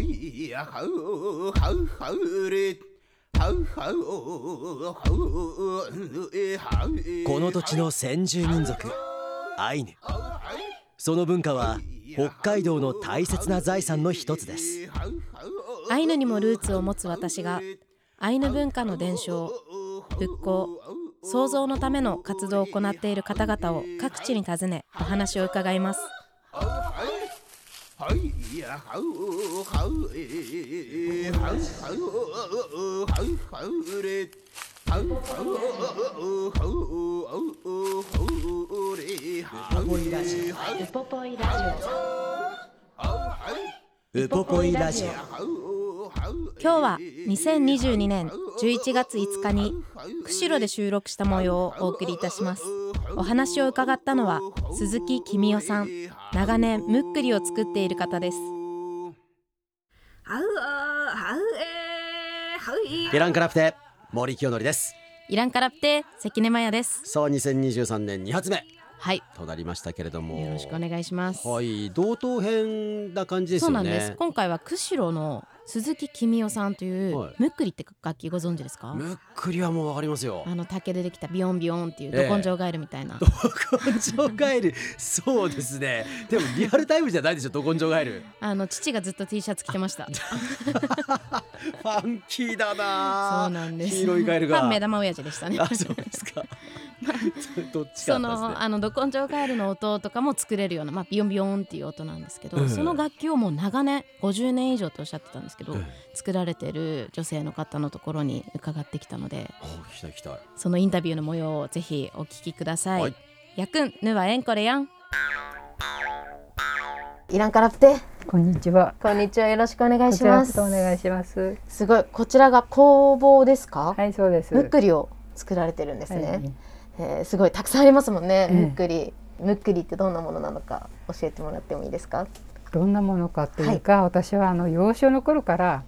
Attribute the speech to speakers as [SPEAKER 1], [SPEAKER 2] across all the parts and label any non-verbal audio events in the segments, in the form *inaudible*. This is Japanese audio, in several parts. [SPEAKER 1] いやはうはうはうれはうはうはうえはう
[SPEAKER 2] この土地の先住民族アイヌその文化は北海道の大切な財産の一つです
[SPEAKER 3] アイヌにもルーツを持つ私がアイヌ文化の伝承復興創造のための活動を行っている方々を各地に訪ねお話を伺います
[SPEAKER 1] はいやはうはうえはうはうはうはうれはうはうはうはうはうれはうは
[SPEAKER 4] ウポポイラジ
[SPEAKER 2] ウポポイラジオ
[SPEAKER 1] うはう
[SPEAKER 3] 今日は2022年11月5日に釧路で収録した模様をお送りいたしますお話を伺ったのは鈴木君代さん長年ムックリを作っている方です
[SPEAKER 4] オハウオハウエーハウイ
[SPEAKER 5] ゲランカラプテ森清則です
[SPEAKER 3] イランからプテ関根真也です
[SPEAKER 5] さあ2023年2発目
[SPEAKER 3] はい
[SPEAKER 5] となりましたけれども
[SPEAKER 3] よろしくお願いします、
[SPEAKER 5] はい同等編な感じです
[SPEAKER 3] そ
[SPEAKER 5] よ
[SPEAKER 3] う
[SPEAKER 5] ね
[SPEAKER 3] なんです今回は釧路の鈴木君代さんという、
[SPEAKER 5] はい
[SPEAKER 3] ムックリって楽器ご存知ですか
[SPEAKER 5] むっくりはもうわかりますよ
[SPEAKER 3] あの竹でできたビヨンビヨンっていう
[SPEAKER 5] ええ
[SPEAKER 3] ど根性ガエルみたいな、
[SPEAKER 5] ど *laughs* 根性ガエルそうですねでもリアルタイムじゃないでしょど根性ガエ
[SPEAKER 3] *laughs*
[SPEAKER 5] ル
[SPEAKER 3] あの父がずっと T シャツ着てました
[SPEAKER 5] ファンキーだな
[SPEAKER 3] *laughs* そうなんです
[SPEAKER 5] 黄色いガエルが
[SPEAKER 3] 反目玉親父でしたね
[SPEAKER 5] あそうですかどっちか
[SPEAKER 3] *laughs*
[SPEAKER 5] だ
[SPEAKER 3] そ
[SPEAKER 5] ったんです
[SPEAKER 3] の
[SPEAKER 5] ね
[SPEAKER 3] あのど根性ガエルの音とかも作れるような、まあ、ビヨンビヨンっていう音なんですけど、
[SPEAKER 5] うん
[SPEAKER 3] その楽器をもう長年50年以上とおっしゃってたんですけど、
[SPEAKER 5] うん
[SPEAKER 3] 作られてる女性の方のところに伺ってきたので
[SPEAKER 5] お聞きたい聞きたい
[SPEAKER 3] そのインタビューの模様をぜひお聞きください。
[SPEAKER 5] はい
[SPEAKER 3] やくんぬはえんこれやん
[SPEAKER 4] イランカラプテ
[SPEAKER 6] こんにちは。
[SPEAKER 4] こんにちはよろしくお願い
[SPEAKER 6] こ
[SPEAKER 4] し
[SPEAKER 6] ちら
[SPEAKER 4] ま
[SPEAKER 6] こ
[SPEAKER 4] す
[SPEAKER 6] そお願いします。
[SPEAKER 4] すごいこちらが工房ですか、
[SPEAKER 6] はい、そうです。
[SPEAKER 4] むっくりを作られてるんですね、
[SPEAKER 6] はい
[SPEAKER 4] えーすごいたくさんありますもんね、
[SPEAKER 6] ええ
[SPEAKER 4] むっくりむっくりってどんなものなのか教えてもらってもいいですか
[SPEAKER 6] どんなものかというか、私はあの幼少の頃から。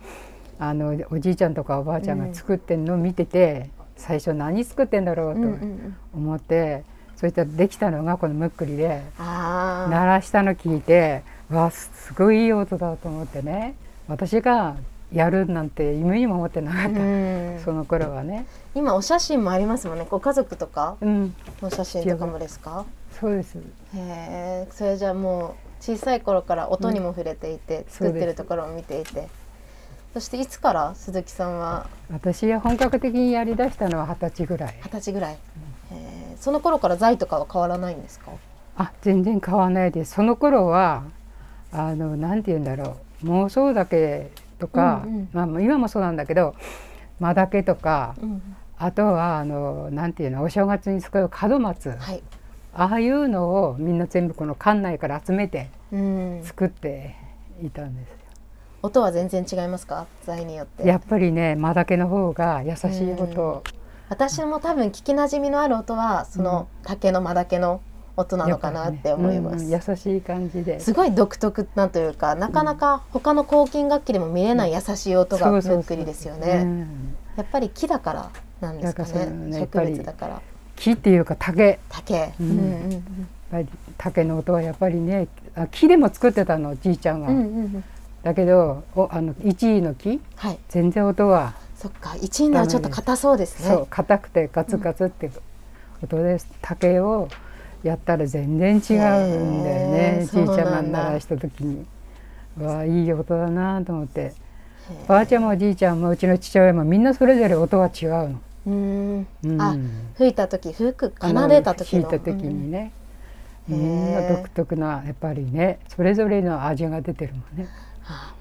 [SPEAKER 6] あのおじいちゃんとかおばあちゃんが作ってんのを見てて、最初何作ってんだろう
[SPEAKER 4] うんうんう
[SPEAKER 6] と
[SPEAKER 4] ん
[SPEAKER 6] 思って。そういったらできたのがこのむっくりで、
[SPEAKER 4] あ
[SPEAKER 6] 鳴らしたの聞いて、わあ、すごいいい音だと思ってね。私がやるなんて夢にも思ってなか
[SPEAKER 4] あ、
[SPEAKER 6] っ
[SPEAKER 4] う
[SPEAKER 6] た。
[SPEAKER 4] ん、
[SPEAKER 6] その頃はね、
[SPEAKER 4] 今お写真もありますもんねご家族とか
[SPEAKER 6] うん、
[SPEAKER 4] の写真とかもですか
[SPEAKER 6] そうです。
[SPEAKER 4] へえそれじゃあもう小さい頃から音にも触れていて、作ってるところを見ていてそしていつから鈴木さんは
[SPEAKER 6] 私が本格的にやりだしたのは二十歳ぐらい。
[SPEAKER 4] 二十歳ぐらい、へえその頃から財とかは変わらないんですか
[SPEAKER 6] あ全然買わないですその頃はあのなんて言うんだろう妄想だけとか、
[SPEAKER 4] うんうん
[SPEAKER 6] まあまあ今もそうなんだけど間だけとか
[SPEAKER 4] うん
[SPEAKER 6] あとはあのなんていうのお正月に使う門松、
[SPEAKER 4] はい
[SPEAKER 6] ああいうのをみんな全部この館内から集めて
[SPEAKER 4] うん
[SPEAKER 6] 作っていたんですよ、
[SPEAKER 4] 音は全然違いますか財によって
[SPEAKER 6] やっぱりね間だけの方が優しいこと、
[SPEAKER 4] 私も多分聞きなじみのある音はその竹の間だけの音なのかなって思います、
[SPEAKER 6] やっぱりねうん優しい感じです
[SPEAKER 4] ごい独特なというかなかなか他の抗菌楽器でも見れない優しい音が
[SPEAKER 6] そ
[SPEAKER 4] む
[SPEAKER 6] うそうそう
[SPEAKER 4] っくりですよね
[SPEAKER 6] うん
[SPEAKER 4] やっぱり木だからなんですか
[SPEAKER 6] なんか
[SPEAKER 4] ね
[SPEAKER 6] そうねやっ
[SPEAKER 4] 植
[SPEAKER 6] ぱり
[SPEAKER 4] 物だから
[SPEAKER 6] 木っていうか竹
[SPEAKER 4] 竹、
[SPEAKER 6] う
[SPEAKER 4] う
[SPEAKER 6] んん
[SPEAKER 4] うん
[SPEAKER 6] やっぱり竹の音はやっぱりねあ木でも作ってたのじいちゃん
[SPEAKER 4] う
[SPEAKER 6] が、
[SPEAKER 4] んうんうんうん
[SPEAKER 6] だけどおあの1位の木
[SPEAKER 4] はい
[SPEAKER 6] 全然音は、
[SPEAKER 4] そっか一位のはちょっと硬そうですね
[SPEAKER 6] そう硬くてガツガツって音です、竹をやったら全然違うんだよ
[SPEAKER 4] へー
[SPEAKER 6] ねじいちゃん
[SPEAKER 4] そうな
[SPEAKER 6] が
[SPEAKER 4] んだ
[SPEAKER 6] 鳴らした時にわあいい音だなと思ってばあちゃんもじいちゃんもうちの父親もみんなそれぞれ音は違うの。
[SPEAKER 4] うーん
[SPEAKER 6] うん
[SPEAKER 4] あ吹いた時吹く
[SPEAKER 6] あの
[SPEAKER 4] 奏でた時の
[SPEAKER 6] 弾いた時にね、
[SPEAKER 4] うん
[SPEAKER 6] みんな
[SPEAKER 4] へー
[SPEAKER 6] 独特なやっぱりねそれぞれの味が出てるもんね。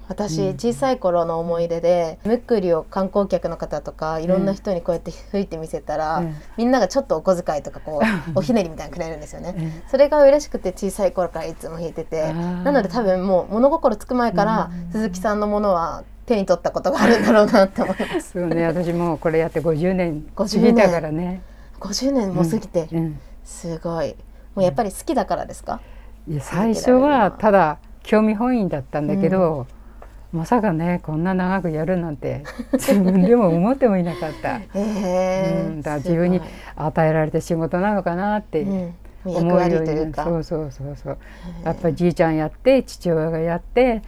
[SPEAKER 4] 私、小さい頃の思い出でむっくりを観光客の方とかいろんな人にこうやって吹いてみせたら、
[SPEAKER 6] うん
[SPEAKER 4] みんながちょっとお小遣いとかこ
[SPEAKER 6] *laughs*
[SPEAKER 4] うおひねりみたいなのくれるんですよね、
[SPEAKER 6] え
[SPEAKER 4] それが嬉しくて小さい頃からいつも弾いてて
[SPEAKER 6] あー
[SPEAKER 4] なので多分もう物心つく前から鈴木さんのものは手に取ったことがあるんだろうなって思います
[SPEAKER 6] *laughs* そうね私もうこれやって50年過
[SPEAKER 4] 50
[SPEAKER 6] ぎたからね。
[SPEAKER 4] 50年も過ぎて、
[SPEAKER 6] うん
[SPEAKER 4] すごいもうやっぱり好きだからですか、
[SPEAKER 6] いや最初はただ興味本位だったんだけど、まさかねこんな長くやるなんて自分でも思ってもいなか
[SPEAKER 4] *laughs*
[SPEAKER 6] った、
[SPEAKER 4] へえ
[SPEAKER 6] うん、だから自分に
[SPEAKER 4] すごい
[SPEAKER 6] 与えられた仕事なのかなって
[SPEAKER 4] うん
[SPEAKER 6] 思
[SPEAKER 4] 役
[SPEAKER 6] う
[SPEAKER 4] 割
[SPEAKER 6] よう
[SPEAKER 4] とい
[SPEAKER 6] に
[SPEAKER 4] うか
[SPEAKER 6] そうそうそうそうやっぱりじいちゃんやって父親がやって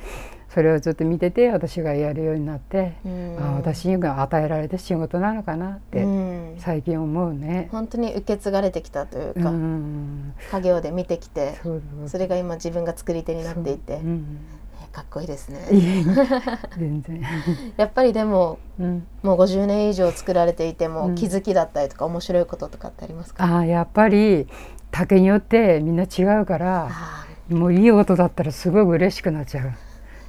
[SPEAKER 6] それをずっと見てて私がやるようになって、
[SPEAKER 4] うん
[SPEAKER 6] あ私が与えられた仕事なのかなって
[SPEAKER 4] うん
[SPEAKER 6] 最近思うね。
[SPEAKER 4] 本当に受け継がれてきたという
[SPEAKER 6] うんう
[SPEAKER 4] か、
[SPEAKER 6] ん、
[SPEAKER 4] 家業で見てきて
[SPEAKER 6] そう
[SPEAKER 4] それが今自分が作り手になっていて、
[SPEAKER 6] そううん
[SPEAKER 4] えかっこいいです
[SPEAKER 6] いえ
[SPEAKER 4] ね
[SPEAKER 6] いえ全然、
[SPEAKER 4] やっぱりでも
[SPEAKER 6] うん、
[SPEAKER 4] もう50年以上作られていて
[SPEAKER 6] う
[SPEAKER 4] も
[SPEAKER 6] ん
[SPEAKER 4] 気づきだったりとか面白いこととかってありますか、
[SPEAKER 6] ああやっぱり竹によってみんな違うから
[SPEAKER 4] あ
[SPEAKER 6] もういい音だったらすごい嬉しくなっちゃう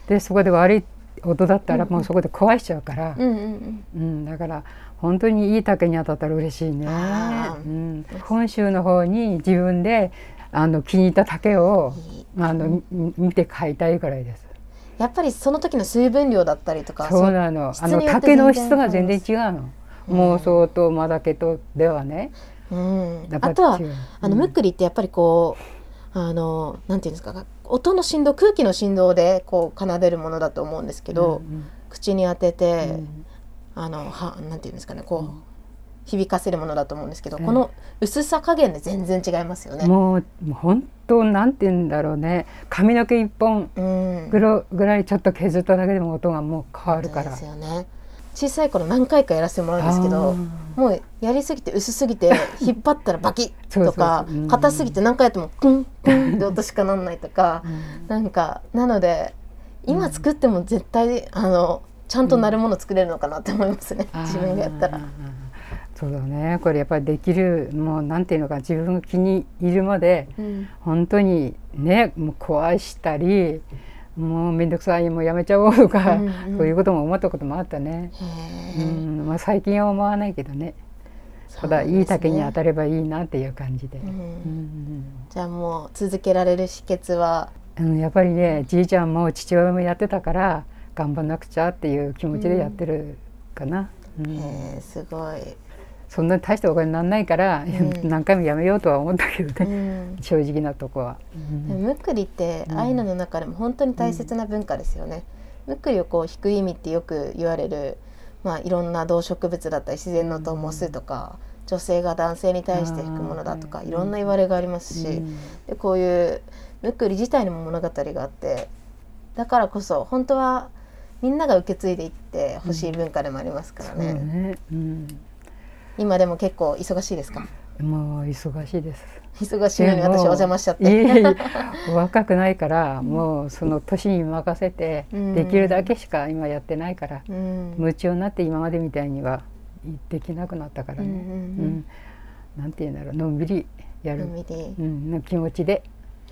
[SPEAKER 6] でそこで悪い音だったらもうそこで壊しちゃうから
[SPEAKER 4] ー、うんうんうん
[SPEAKER 6] うん、だから本当にいい竹に当たったら嬉しいね、
[SPEAKER 4] あー
[SPEAKER 6] うん、本州の方に自分であの気に入った竹を
[SPEAKER 4] いい
[SPEAKER 6] あの、み見て買いたいぐらいです
[SPEAKER 4] やっぱりその時の水分量だったりとか
[SPEAKER 6] そうなの
[SPEAKER 4] 質
[SPEAKER 6] あ
[SPEAKER 4] によっ
[SPEAKER 6] の
[SPEAKER 4] て
[SPEAKER 6] 竹の質
[SPEAKER 4] 全然
[SPEAKER 6] が全然違うの妄想とマダケとではね
[SPEAKER 4] そううん
[SPEAKER 6] やっぱり
[SPEAKER 4] あとは
[SPEAKER 6] 違う
[SPEAKER 4] あの
[SPEAKER 6] うん
[SPEAKER 4] むっくりってやっぱりこうあのなんていうんですか音の振動空気の振動でこう奏でるものだと思うんですけど、
[SPEAKER 6] うん
[SPEAKER 4] 口に当てて、
[SPEAKER 6] うん
[SPEAKER 4] あのはなんていうんですかねこう、響かせるものだと思うんですけど、
[SPEAKER 6] ええ
[SPEAKER 4] この薄さ加減で全然違いますよね。
[SPEAKER 6] もうもう本当なんて言うんだろうね髪の毛一本
[SPEAKER 4] うん、
[SPEAKER 6] ぐらぐらいちょっと削っただけでも音がもう変わるか
[SPEAKER 4] そ
[SPEAKER 6] ら
[SPEAKER 4] うです。よね。小さい頃何回かやらせてもらうんですけど
[SPEAKER 6] あー
[SPEAKER 4] もうやりすぎて薄す
[SPEAKER 6] *laughs*
[SPEAKER 4] ぎて引っ張ったらバキッとか
[SPEAKER 6] そうそうそううん
[SPEAKER 4] 硬すぎて何回やってもクンクンって音しかなんないとかなんかなので今作っても絶対あのちゃんとなるもの作れるのかなって思いますね、自分がやった
[SPEAKER 6] あー
[SPEAKER 4] ら。。
[SPEAKER 6] そうだねこれやっぱりできるもうなんていうのか自分が気に入るまで
[SPEAKER 4] うん
[SPEAKER 6] 本当にねもう壊したりもう面倒くさいもうやめちゃおうとか、
[SPEAKER 4] うんうん
[SPEAKER 6] そういうことも思ったこともあったね。
[SPEAKER 4] へ
[SPEAKER 6] う
[SPEAKER 4] ー
[SPEAKER 6] んまあ、最近は思わないけどね
[SPEAKER 4] そ
[SPEAKER 6] た
[SPEAKER 4] うな
[SPEAKER 6] だ
[SPEAKER 4] ん
[SPEAKER 6] いい
[SPEAKER 4] ですね
[SPEAKER 6] 竹に当たればいいなっていう感じで。
[SPEAKER 4] うん
[SPEAKER 6] うん
[SPEAKER 4] じゃあもう続けられる秘訣は
[SPEAKER 6] うん、やっぱりねじいちゃんも父親もやってたから頑張んなくちゃっていう気持ちでやってるかな。うん
[SPEAKER 4] えー、すごい、
[SPEAKER 6] そんなに大したお金にならないから、
[SPEAKER 4] ん
[SPEAKER 6] 何回もやめようとは思ったけど
[SPEAKER 4] う
[SPEAKER 6] ね、
[SPEAKER 4] ん、
[SPEAKER 6] 正直なとこは。うん
[SPEAKER 4] むくりってアイヌの中でも本当に大切な文化ですよね。むくりをこう引く意味ってよく言われる、まあ、いろんな動植物だったり自然のとモスとか女性が男性に対して引くものだと
[SPEAKER 6] あ
[SPEAKER 4] か
[SPEAKER 6] ー
[SPEAKER 4] いろんな言われがありますし、でこういうむくり自体にも物語があってだからこそ本当はみんなが受け継いでいってほしい文化でもありますから
[SPEAKER 6] そう
[SPEAKER 4] ね。
[SPEAKER 6] ね、うん、
[SPEAKER 4] 今でも結構忙しいですか
[SPEAKER 6] もう忙しいです。
[SPEAKER 4] 忙しいのに
[SPEAKER 6] でも
[SPEAKER 4] 私お邪魔しちゃ
[SPEAKER 6] い
[SPEAKER 4] っ
[SPEAKER 6] え
[SPEAKER 4] て。
[SPEAKER 6] いえお若くないから、もうその年に任せて、
[SPEAKER 4] うん
[SPEAKER 6] できるだけしか今やってないから、
[SPEAKER 4] うん
[SPEAKER 6] 夢中になって今までみたいにはできなくなったからね。
[SPEAKER 4] う
[SPEAKER 6] うんん
[SPEAKER 4] うんうん
[SPEAKER 6] なんていうんだろう、のんびりやる
[SPEAKER 4] の、みで
[SPEAKER 6] うん、の気持ちで。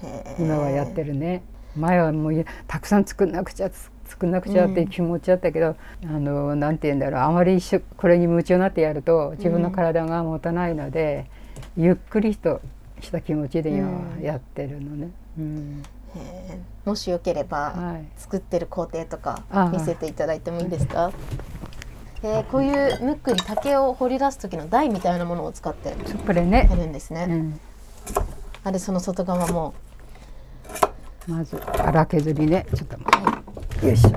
[SPEAKER 4] へー
[SPEAKER 6] 今はやってるね前はもういやたくさん作んなくちゃつ作んなくちゃっていう気持ちだったけど、あのなんて言うんだろうあまり一緒これに夢中になってやると自分の体が持たないので、ゆっくりとした気持ちで今はやってるのね。うん
[SPEAKER 4] へーもしよければ
[SPEAKER 6] はい
[SPEAKER 4] 作ってる工程とか
[SPEAKER 6] あー
[SPEAKER 4] 見せていただいてもいいですかえーこういうムックに竹を掘り出す時の台みたいなものを使って
[SPEAKER 6] そうこれね
[SPEAKER 4] や、るんですね、
[SPEAKER 6] うん、
[SPEAKER 4] あれその外側も
[SPEAKER 6] まず粗削りねちょっと待ってよいしょ。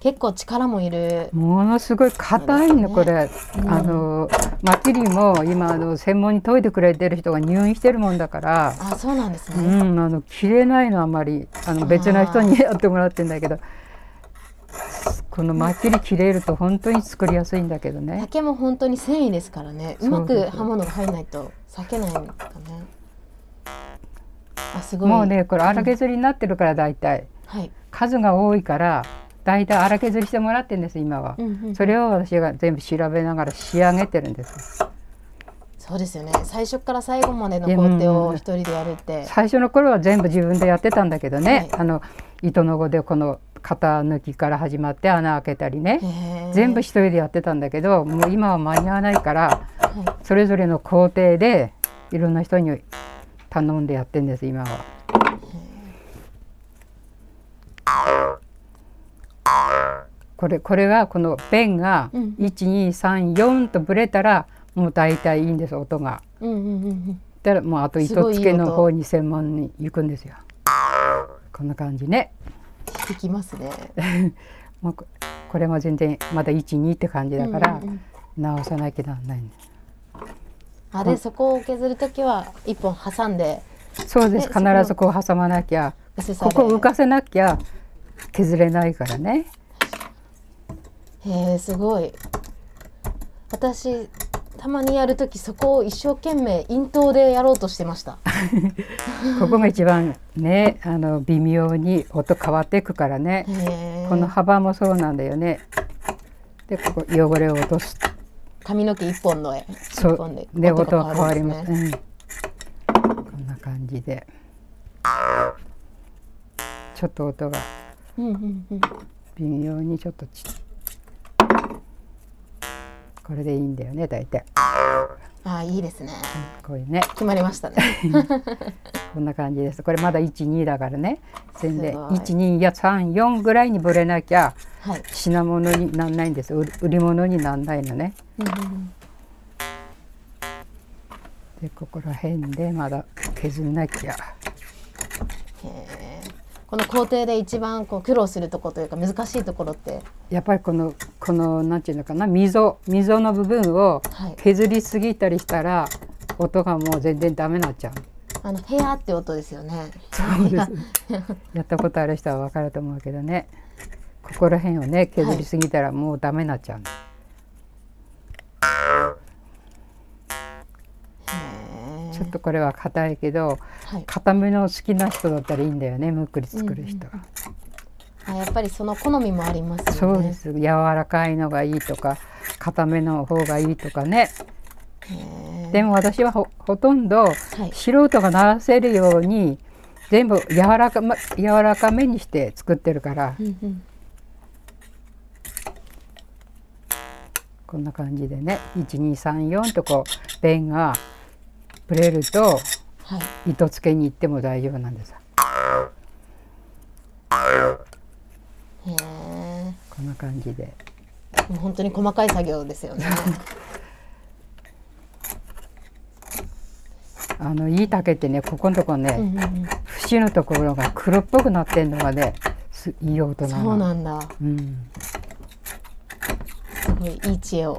[SPEAKER 4] 結構力もいる
[SPEAKER 6] ものすごい硬いの
[SPEAKER 4] そう
[SPEAKER 6] こ
[SPEAKER 4] で
[SPEAKER 6] れ、あのマキリも今あの専門に研いでくれてる人が入院してるもんだから。
[SPEAKER 4] あそうなんです
[SPEAKER 6] う
[SPEAKER 4] ね、
[SPEAKER 6] ん、あの切れないのあまりあの別の人にやってもらってんだけどこのまっきり切れると本当に作りやすいんだけどね
[SPEAKER 4] 竹も本当に繊維ですからねうま
[SPEAKER 6] そう
[SPEAKER 4] く
[SPEAKER 6] です
[SPEAKER 4] 刃物が入らないと裂けないんかねあすごい
[SPEAKER 6] もうねこれ荒削りになってるから大体
[SPEAKER 4] はい、
[SPEAKER 6] 数が多いから大体荒削りしてもらってるんです今は
[SPEAKER 4] うんうん、
[SPEAKER 6] それを私が全部調べながら仕上げてるんです
[SPEAKER 4] そうですよね最初から最後までの工程を一人でやるって、
[SPEAKER 6] 最初の頃は全部自分でやってたんだけどね、
[SPEAKER 4] は
[SPEAKER 6] あの糸の子でこの型抜きから始まって穴開けたりね
[SPEAKER 4] へー
[SPEAKER 6] 全部一人でやってたんだけどもう今は間に合わないから
[SPEAKER 4] は
[SPEAKER 6] それぞれの工程でいろんな人に頼んでやってんです今は。これこれがこのペンが
[SPEAKER 4] うん
[SPEAKER 6] 1234とぶれたらもう大体いいんです音が。
[SPEAKER 4] うんうんうんうん
[SPEAKER 6] だからもうあと糸付けの方に専門に行くんですよ。こんな感じね。
[SPEAKER 4] 聞きますね
[SPEAKER 6] もうここれも全然まだ12って感じだから
[SPEAKER 4] うんうんうん
[SPEAKER 6] 直さなきゃならないんです。
[SPEAKER 4] あでそこを削るときは一本挟んで
[SPEAKER 6] そうです
[SPEAKER 4] ね
[SPEAKER 6] 必ずこう挟まなきゃ
[SPEAKER 4] 薄さ
[SPEAKER 6] こ
[SPEAKER 4] で
[SPEAKER 6] こ浮かせなきゃ削れないからね
[SPEAKER 4] へえすごい私たまにやるときそこを一生懸命咽頭でやろうとしてました
[SPEAKER 6] ここが一番ねあの微妙に音変わっていくからね
[SPEAKER 4] へえ
[SPEAKER 6] この幅もそうなんだよねでここ汚れを落とす
[SPEAKER 4] 髪の毛一本の絵
[SPEAKER 6] そ
[SPEAKER 4] 一本
[SPEAKER 6] うで音
[SPEAKER 4] が
[SPEAKER 6] が変わり
[SPEAKER 4] んで
[SPEAKER 6] ます、うん、こんな感じでちょっと音が
[SPEAKER 4] うんうんうん
[SPEAKER 6] 微妙にちょっとちこれでいいんだよね大体
[SPEAKER 4] ああいいですね
[SPEAKER 6] こういうね
[SPEAKER 4] 決まりましたね
[SPEAKER 6] こんな感じですこれまだ12だからねそれです
[SPEAKER 4] ごい
[SPEAKER 6] 12や34ぐらいにぶれなきゃ
[SPEAKER 4] はい
[SPEAKER 6] 品物になんないんです売り売り物になんないのねでここら辺でまだ削んなきゃ
[SPEAKER 4] へーこの工程で一番こう苦労するところというか難しいところって
[SPEAKER 6] やっぱりこのこのなんていうのかな溝溝の部分を
[SPEAKER 4] はい
[SPEAKER 6] 削りすぎたりしたら音がもう全然ダメになっちゃう
[SPEAKER 4] あのヘアって音ですよね
[SPEAKER 6] そうですやったことある人は分かると思うけどねここら辺をね削りすぎたらもうダメになっちゃうの、ちょっとこれは硬いけど
[SPEAKER 4] はい
[SPEAKER 6] 固めの好きな人だったらいいんだよねむっくり作る人は、
[SPEAKER 4] あやっぱりその好みもあります
[SPEAKER 6] そ
[SPEAKER 4] よ
[SPEAKER 6] う
[SPEAKER 4] ね
[SPEAKER 6] です柔らかいのがいいとか固めの方がいいとかねでも私はほほとんど
[SPEAKER 4] い
[SPEAKER 6] 素人が鳴らせるように全部柔らか,、ま、柔らかめにして作ってるから、
[SPEAKER 4] うんうん
[SPEAKER 6] こんな感じでね1234とこう弁がブレると
[SPEAKER 4] はい
[SPEAKER 6] 糸付けに行っても大丈夫なんです
[SPEAKER 4] へー
[SPEAKER 6] こんな感じで
[SPEAKER 4] もう本当に細かい作業です
[SPEAKER 6] *laughs*
[SPEAKER 4] よね。
[SPEAKER 6] あのいい竹ってねここのとこね、節のところが黒っぽくなってんのがねすいい音なの
[SPEAKER 4] そうなんだ。
[SPEAKER 6] うん
[SPEAKER 4] すごいいい知恵を。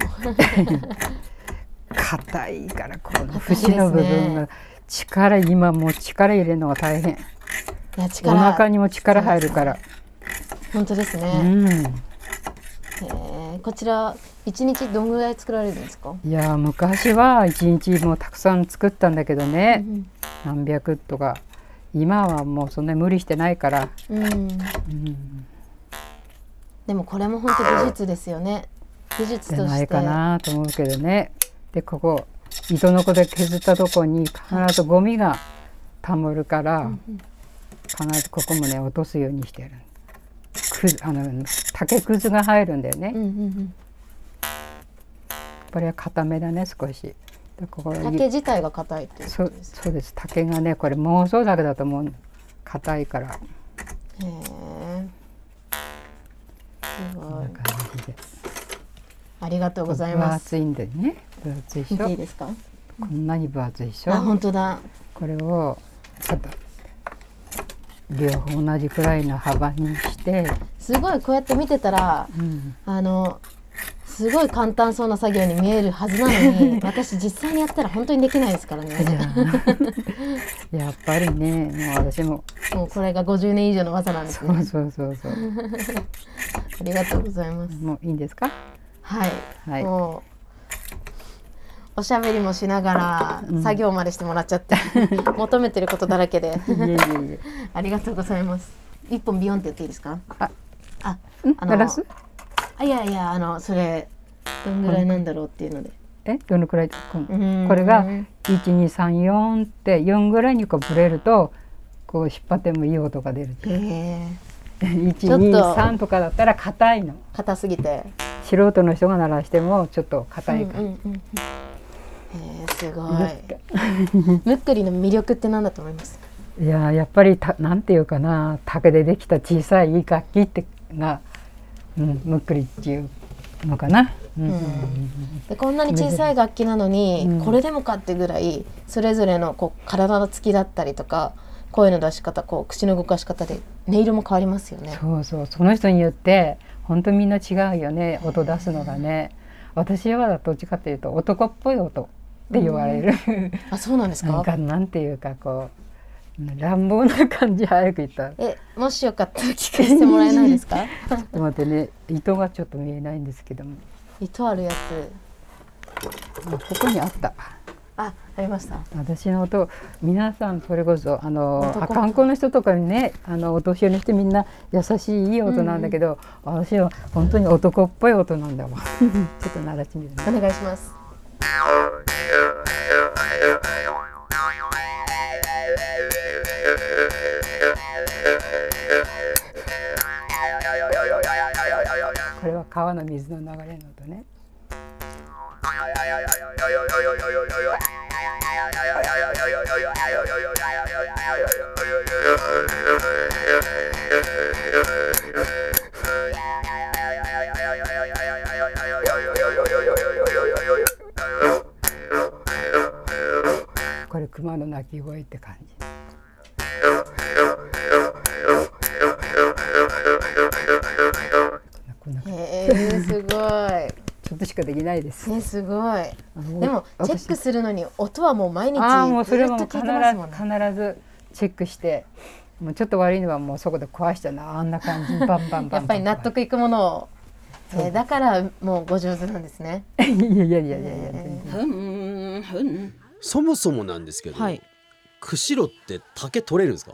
[SPEAKER 6] 硬いからこの
[SPEAKER 4] 硬いです
[SPEAKER 6] 節
[SPEAKER 4] ね
[SPEAKER 6] の部分が力今もう力入れるのが大変
[SPEAKER 4] いや
[SPEAKER 6] お
[SPEAKER 4] 力。
[SPEAKER 6] 腹にも力入るから
[SPEAKER 4] 本当です
[SPEAKER 6] う
[SPEAKER 4] ね。
[SPEAKER 6] ん
[SPEAKER 4] へーこちら一日どんぐらい作られるんですか。
[SPEAKER 6] いやー昔は一日もうたくさん作ったんだけどね
[SPEAKER 4] うん
[SPEAKER 6] 何百とか今はもうそんなに無理してないから
[SPEAKER 4] うん。でもこれも本当技術ですよね。技術
[SPEAKER 6] じ
[SPEAKER 4] と
[SPEAKER 6] ゃ
[SPEAKER 4] して。
[SPEAKER 6] ないかなと思うけどねでここ糸の子で削ったとこに必ずゴミがたまるから必ずここもね落とすようにしてるくずあの竹くずが入るんだよね
[SPEAKER 4] うんうん
[SPEAKER 6] これは固めだね少しでここ
[SPEAKER 4] う
[SPEAKER 6] に
[SPEAKER 4] ん。竹自体が硬いっていうこ
[SPEAKER 6] そ
[SPEAKER 4] と
[SPEAKER 6] う
[SPEAKER 4] です。
[SPEAKER 6] そうです竹がねこれ妄想竹だと思う硬いから
[SPEAKER 4] へーす
[SPEAKER 6] こ
[SPEAKER 4] ご
[SPEAKER 6] ん
[SPEAKER 4] い
[SPEAKER 6] な。感じで
[SPEAKER 4] ありがとうござい
[SPEAKER 6] 分
[SPEAKER 4] ます。
[SPEAKER 6] 厚いんだよね分厚いでし
[SPEAKER 4] 見ていい
[SPEAKER 6] ょ
[SPEAKER 4] ですか。
[SPEAKER 6] こんなに分厚いでしょ
[SPEAKER 4] あ本当だ。
[SPEAKER 6] これをちょっと両方同じくらいの幅にして、
[SPEAKER 4] すごいこうやって見てたら。
[SPEAKER 6] うん、
[SPEAKER 4] あのすごい簡単そうな作業に見えるはずなの *laughs* に私実際にやったら本当にできないですからね
[SPEAKER 6] やっぱりねもう私も
[SPEAKER 4] もうこれが50年以上の技なんです
[SPEAKER 6] そ
[SPEAKER 4] ね
[SPEAKER 6] うそうそうそう
[SPEAKER 4] ありがとうございます
[SPEAKER 6] もういいんですか
[SPEAKER 4] はい、
[SPEAKER 6] はい
[SPEAKER 4] もうおしゃべりもしながら作業までしてもらっちゃ
[SPEAKER 6] *laughs*
[SPEAKER 4] って、求めてることだらけで
[SPEAKER 6] いえいえいえ
[SPEAKER 4] *laughs* ありがとうございます一本ビヨンって言っていいですか
[SPEAKER 6] あ
[SPEAKER 4] あ
[SPEAKER 6] ん
[SPEAKER 4] あ
[SPEAKER 6] ガラス
[SPEAKER 4] あいやいやあのそれどんぐらいなんだろうっていうので
[SPEAKER 6] えどのくらいこ
[SPEAKER 4] うーん
[SPEAKER 6] これが1234って4ぐらいにこうブレるとこう引っ張ってもいい音が出 *laughs* る
[SPEAKER 4] へえっと
[SPEAKER 6] 123とかだったら硬いの
[SPEAKER 4] 硬すぎて
[SPEAKER 6] 素人の人が鳴らしてもちょっと硬いから、
[SPEAKER 4] うんうんうんえー、すごい。ムックリの魅力って何だと思います。
[SPEAKER 6] いやーやっぱりたなんていうかな竹でできた小さい楽器ってが、うん、むっくりっていうのかな、うん
[SPEAKER 4] でこんなに小さい楽器なのに、これでもかってぐらいそれぞれのこう体のつきだったりとか声の出し方こう口の動かし方で音色も変わりますよね。
[SPEAKER 6] そうそうその人によって本当みんな違うよね音出すのがね私はどっちかっていうと男っぽい音って言われる、
[SPEAKER 4] あそうなんです
[SPEAKER 6] な
[SPEAKER 4] か
[SPEAKER 6] ん。かなんていうかこう乱暴な感じ早く言った。ちょ
[SPEAKER 4] えもしよかったら聞かせてもらえないで
[SPEAKER 6] *laughs*
[SPEAKER 4] すか
[SPEAKER 6] っと待ってね糸がちょっと見えないんですけども
[SPEAKER 4] 糸あるやつ
[SPEAKER 6] あここにあった。
[SPEAKER 4] あありました
[SPEAKER 6] 私の音皆さんそれこそあの
[SPEAKER 4] 男
[SPEAKER 6] あ観光の人とかにねあのお年寄りの人みんな優しいいい音なんだけど、私は本当に男っぽい音なんだわ *laughs* ちょっと鳴らしてみるね
[SPEAKER 4] お願いします
[SPEAKER 6] これは川の水の流れの音ねこれ熊の鳴き声って感じこんな
[SPEAKER 4] えー、す
[SPEAKER 6] *laughs*
[SPEAKER 4] ご
[SPEAKER 6] ちょっとしかできないです
[SPEAKER 4] いねすごい
[SPEAKER 6] もう
[SPEAKER 4] でもチェックするのに音はもう毎日ず
[SPEAKER 6] ああもうそれは
[SPEAKER 4] っ
[SPEAKER 6] もう
[SPEAKER 4] と
[SPEAKER 6] 必
[SPEAKER 4] 聞
[SPEAKER 6] ず
[SPEAKER 4] いてますもんね
[SPEAKER 6] 必ずチェックしてもうちょっと悪いのはもうそこで壊したなあんな感じにバンバンバンバン
[SPEAKER 4] やっぱり納得いくものを、えー、だからもうご上手なんですね
[SPEAKER 6] いやいやいやいやいや全然
[SPEAKER 5] そもそもなんですけど、
[SPEAKER 3] はい
[SPEAKER 5] 釧路って竹取れるんですか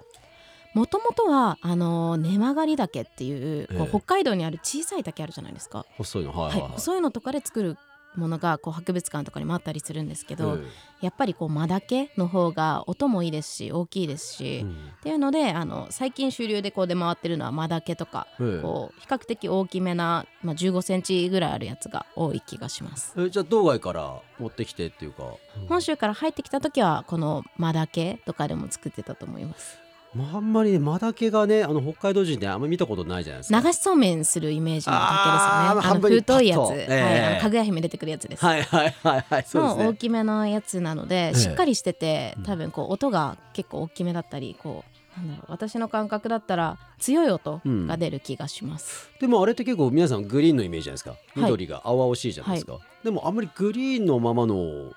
[SPEAKER 3] もともとはあの根曲がり竹っていう、こ
[SPEAKER 5] え
[SPEAKER 3] う
[SPEAKER 5] え
[SPEAKER 3] 北海道にある小さい竹あるじゃないですか、
[SPEAKER 5] 細いのはい
[SPEAKER 3] は
[SPEAKER 5] はいいはい、
[SPEAKER 3] そういうのとかで作るものがこう博物館とかにもあったりするんですけど、
[SPEAKER 5] え
[SPEAKER 3] やっぱりこう間だけの方が音もいいですし大きいですし、
[SPEAKER 5] えう
[SPEAKER 3] っ
[SPEAKER 5] ん
[SPEAKER 3] ていうのであの最近主流でこう出回ってるのは間だけとか、
[SPEAKER 5] ええ
[SPEAKER 3] こう比較的大きめな、まあ、1 5センチぐらいあるやつが多い気がします。
[SPEAKER 5] えじゃあ道外から持ってきてっていうか、
[SPEAKER 3] 本州から入ってきた時はこの間だけとかでも作ってたと思います。
[SPEAKER 5] まあ、あんまりねマダケがねあの北海道人であんまり見たことないじゃないですか
[SPEAKER 3] 流しそうめんするイメージの
[SPEAKER 5] あー
[SPEAKER 3] 竹ですよね。あ
[SPEAKER 5] 半
[SPEAKER 3] の
[SPEAKER 5] 分に
[SPEAKER 3] 太いやつ、
[SPEAKER 5] パッとええ
[SPEAKER 3] はい、あのかぐや姫出てくるやつです。
[SPEAKER 5] はいはいはいはいそうです
[SPEAKER 3] の大
[SPEAKER 5] ね
[SPEAKER 3] きめのやつなので、
[SPEAKER 5] え
[SPEAKER 3] しっかりしてて多分こう音が結構大きめだったりこうなんだろう私の感覚だったら強い音が出る気がします、
[SPEAKER 5] でもあれって結構皆さんグリーンのイメージじゃないですか緑が青々しいじゃないですか、でもあんまりグリーンのままの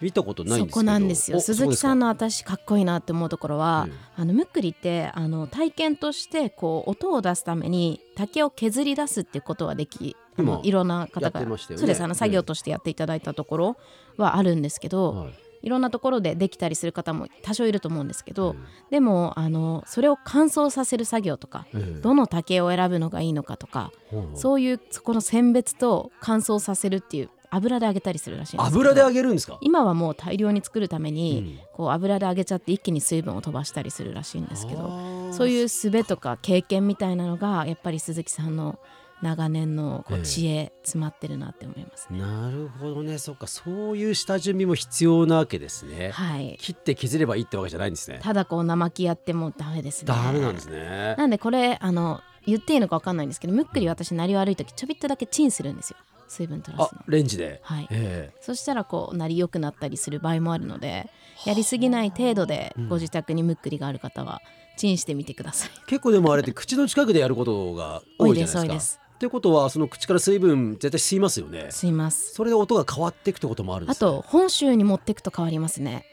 [SPEAKER 5] 見たことないん
[SPEAKER 3] そ
[SPEAKER 5] ですけど
[SPEAKER 3] こなんですよ
[SPEAKER 5] お
[SPEAKER 3] 鈴木さん
[SPEAKER 5] そ
[SPEAKER 3] の私かっこいいなって思うところは
[SPEAKER 5] うですか、
[SPEAKER 3] あのむっくりってあの体験としてこう音を出すために竹を削り出すっていうことはできあの
[SPEAKER 5] 今
[SPEAKER 3] いろんな方
[SPEAKER 5] やっ
[SPEAKER 3] が、
[SPEAKER 5] てましたよね
[SPEAKER 3] そうですあの作
[SPEAKER 5] う
[SPEAKER 3] 業
[SPEAKER 5] ん
[SPEAKER 3] としてやっていただいたところはあるんですけど、
[SPEAKER 5] うんはい
[SPEAKER 3] いろんなところでできたりする方も多少いると思うんですけど、
[SPEAKER 5] うん
[SPEAKER 3] でもあのそれを乾燥させる作業とか、
[SPEAKER 5] ええ
[SPEAKER 3] どの竹を選ぶのがいいのかとか、
[SPEAKER 5] はいはい
[SPEAKER 3] そういうそこの選別と乾燥させるっていう油で揚げたりするらしいんですけど
[SPEAKER 5] 油で揚げるんですか
[SPEAKER 3] 今はもう大量に作るために、
[SPEAKER 5] う
[SPEAKER 3] こう油で揚げちゃって一気に水分を飛ばしたりするらしいんですけ
[SPEAKER 5] あ
[SPEAKER 3] ど
[SPEAKER 5] ー
[SPEAKER 3] そういう術とか経験みたいなのがやっぱり鈴木さんの長年のこ
[SPEAKER 5] え
[SPEAKER 3] う
[SPEAKER 5] え
[SPEAKER 3] 知恵詰まってるなって思いますね。
[SPEAKER 5] なるほどねそっかそういう下準備も必要なわけですね、
[SPEAKER 3] はい、
[SPEAKER 5] 切って削ればいいってわけじゃないんですね
[SPEAKER 3] ただこう生木やってもダメですね。
[SPEAKER 5] ダメなんですね
[SPEAKER 3] なんでこれあの言っていいのか分かんないんですけどむっくり私なり悪い時ちょびっとだけチンするんですよ水分取ら
[SPEAKER 5] あ
[SPEAKER 3] すの。
[SPEAKER 5] レンジで、
[SPEAKER 3] はい、
[SPEAKER 5] え
[SPEAKER 3] そしたらこうなり良くなったりする場合もあるのでやりすぎない程度でご自宅にむっくりがある方はチンしてみてください。
[SPEAKER 5] え結構でもあれって口の近くでやることが多いじゃないですか
[SPEAKER 3] 多いです多いです
[SPEAKER 5] ってことはその口から水分絶対吸いますよね
[SPEAKER 3] すいます。
[SPEAKER 5] それで音が変わっていくってこともあるんで
[SPEAKER 3] あ
[SPEAKER 5] すね
[SPEAKER 3] と本州に持ってくと変わりますね。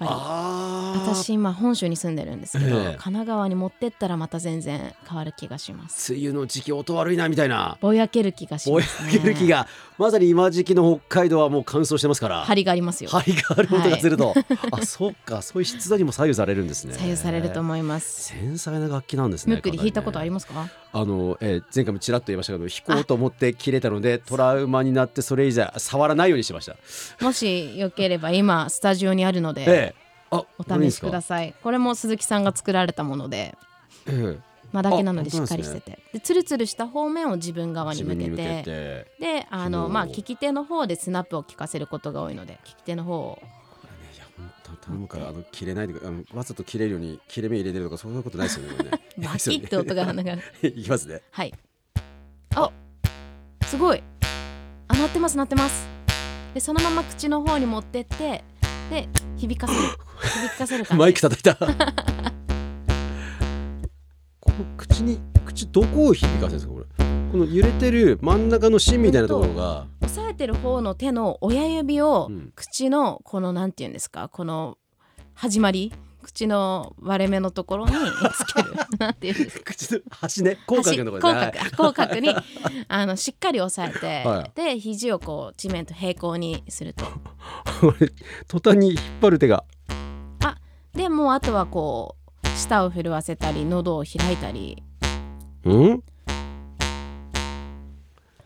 [SPEAKER 3] やっぱり
[SPEAKER 5] あー
[SPEAKER 3] 私今本州に住んでるんですけど、
[SPEAKER 5] ええ
[SPEAKER 3] 神奈川に持ってったらまた全然変わる気がします。
[SPEAKER 5] 梅雨の時期音悪いなみたいな
[SPEAKER 3] ぼやける気がし
[SPEAKER 5] ぼ
[SPEAKER 3] ま
[SPEAKER 5] や
[SPEAKER 3] す、ね。
[SPEAKER 5] ける気が、まさに今時期の北海道はもう乾燥してますから
[SPEAKER 3] 張りがありますよ。
[SPEAKER 5] 針がある音がすると、あそっかそういう湿度にも左右されるんですね
[SPEAKER 3] 左右されると思います。
[SPEAKER 5] 繊細な楽器なんですね
[SPEAKER 3] むっくり弾いたことあり
[SPEAKER 5] ま
[SPEAKER 3] ますか
[SPEAKER 5] あの、えー前回もちらっと言いましたけど弾こうと思って切れたのでトラウマになってそれ以上触らないようにしました
[SPEAKER 3] もしよければ今スタジオにあるので、
[SPEAKER 5] ええあ
[SPEAKER 3] お試しくだ
[SPEAKER 5] さ
[SPEAKER 3] さいこれも鈴木さんが作られたもので
[SPEAKER 5] い、ええ
[SPEAKER 3] まあだけなので
[SPEAKER 5] あ
[SPEAKER 3] しっかりしててで,、ツルツルした方面を自分側に
[SPEAKER 5] 自
[SPEAKER 3] 向
[SPEAKER 5] 分
[SPEAKER 3] け
[SPEAKER 5] に
[SPEAKER 3] て
[SPEAKER 5] 向けて
[SPEAKER 3] であ
[SPEAKER 5] お
[SPEAKER 3] の
[SPEAKER 5] ー
[SPEAKER 3] まあ聞き手の方でスナップを聞かせることが多いので聞き手の方を
[SPEAKER 5] いや本当頼むからあの切れないでくあのわざと切れるように切れ目入れてるとかそういうことないですよねこれ
[SPEAKER 3] *laughs*
[SPEAKER 5] ね
[SPEAKER 3] バキッて音が流れる
[SPEAKER 5] いきますね
[SPEAKER 3] *laughs* はいあすごいあ鳴ってます鳴ってますでそのまま口の方に持ってってで響か
[SPEAKER 5] *laughs*
[SPEAKER 3] せる響かせる感じ
[SPEAKER 5] マイク叩いた *laughs* この口に口どこを響かせるんですかこれこの揺れてる真ん中の芯みたいなところが
[SPEAKER 3] 押さえてる方の手の親指を
[SPEAKER 5] うん
[SPEAKER 3] 口のこのなんて言うんですかこの始まり口の割れ目のところにつけ
[SPEAKER 5] *laughs*
[SPEAKER 3] るなんていうんですか
[SPEAKER 5] 口の端ね口角のところ
[SPEAKER 3] 口
[SPEAKER 5] ねはい
[SPEAKER 3] 角口角に *laughs* あのしっかり押さえて、
[SPEAKER 5] はい
[SPEAKER 3] で肘をこう地面と平行にすると
[SPEAKER 5] *laughs* これ途端に引っ張る手が
[SPEAKER 3] でもうあとはこう舌を震わせたり喉を開いたり
[SPEAKER 5] うん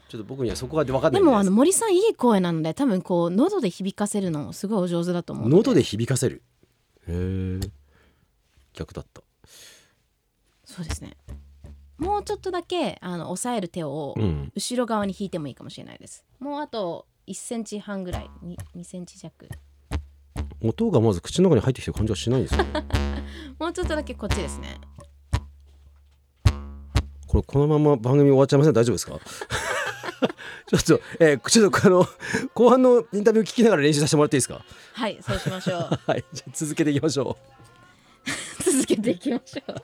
[SPEAKER 5] ちょっと僕にはそこが分かんな
[SPEAKER 3] で
[SPEAKER 5] いんす
[SPEAKER 3] もあの森さんいい声なので多分こう喉で響かせるのすごいお上手だと思うの
[SPEAKER 5] 喉で響かせるへえ逆だった
[SPEAKER 3] そうですねもうちょっとだけあの押さえる手を
[SPEAKER 5] ん
[SPEAKER 3] 後ろ側に引いてもいいかもしれないですもうあと1センチ半ぐらいに2センチ弱
[SPEAKER 5] 音がまず口の中に入ってきてる感じはしないんですよね
[SPEAKER 3] もうちょっとだけこっちですね
[SPEAKER 5] これこのまま番組終わっちゃいません大丈夫
[SPEAKER 2] *laughs*
[SPEAKER 5] ですかちょっと、えー、ちょっとあの後半のインタビュー聞きながら練習させてもらっていいですか
[SPEAKER 3] はいそうしましょう
[SPEAKER 5] はいじゃあ続けていきましょ
[SPEAKER 3] 続けていきましょう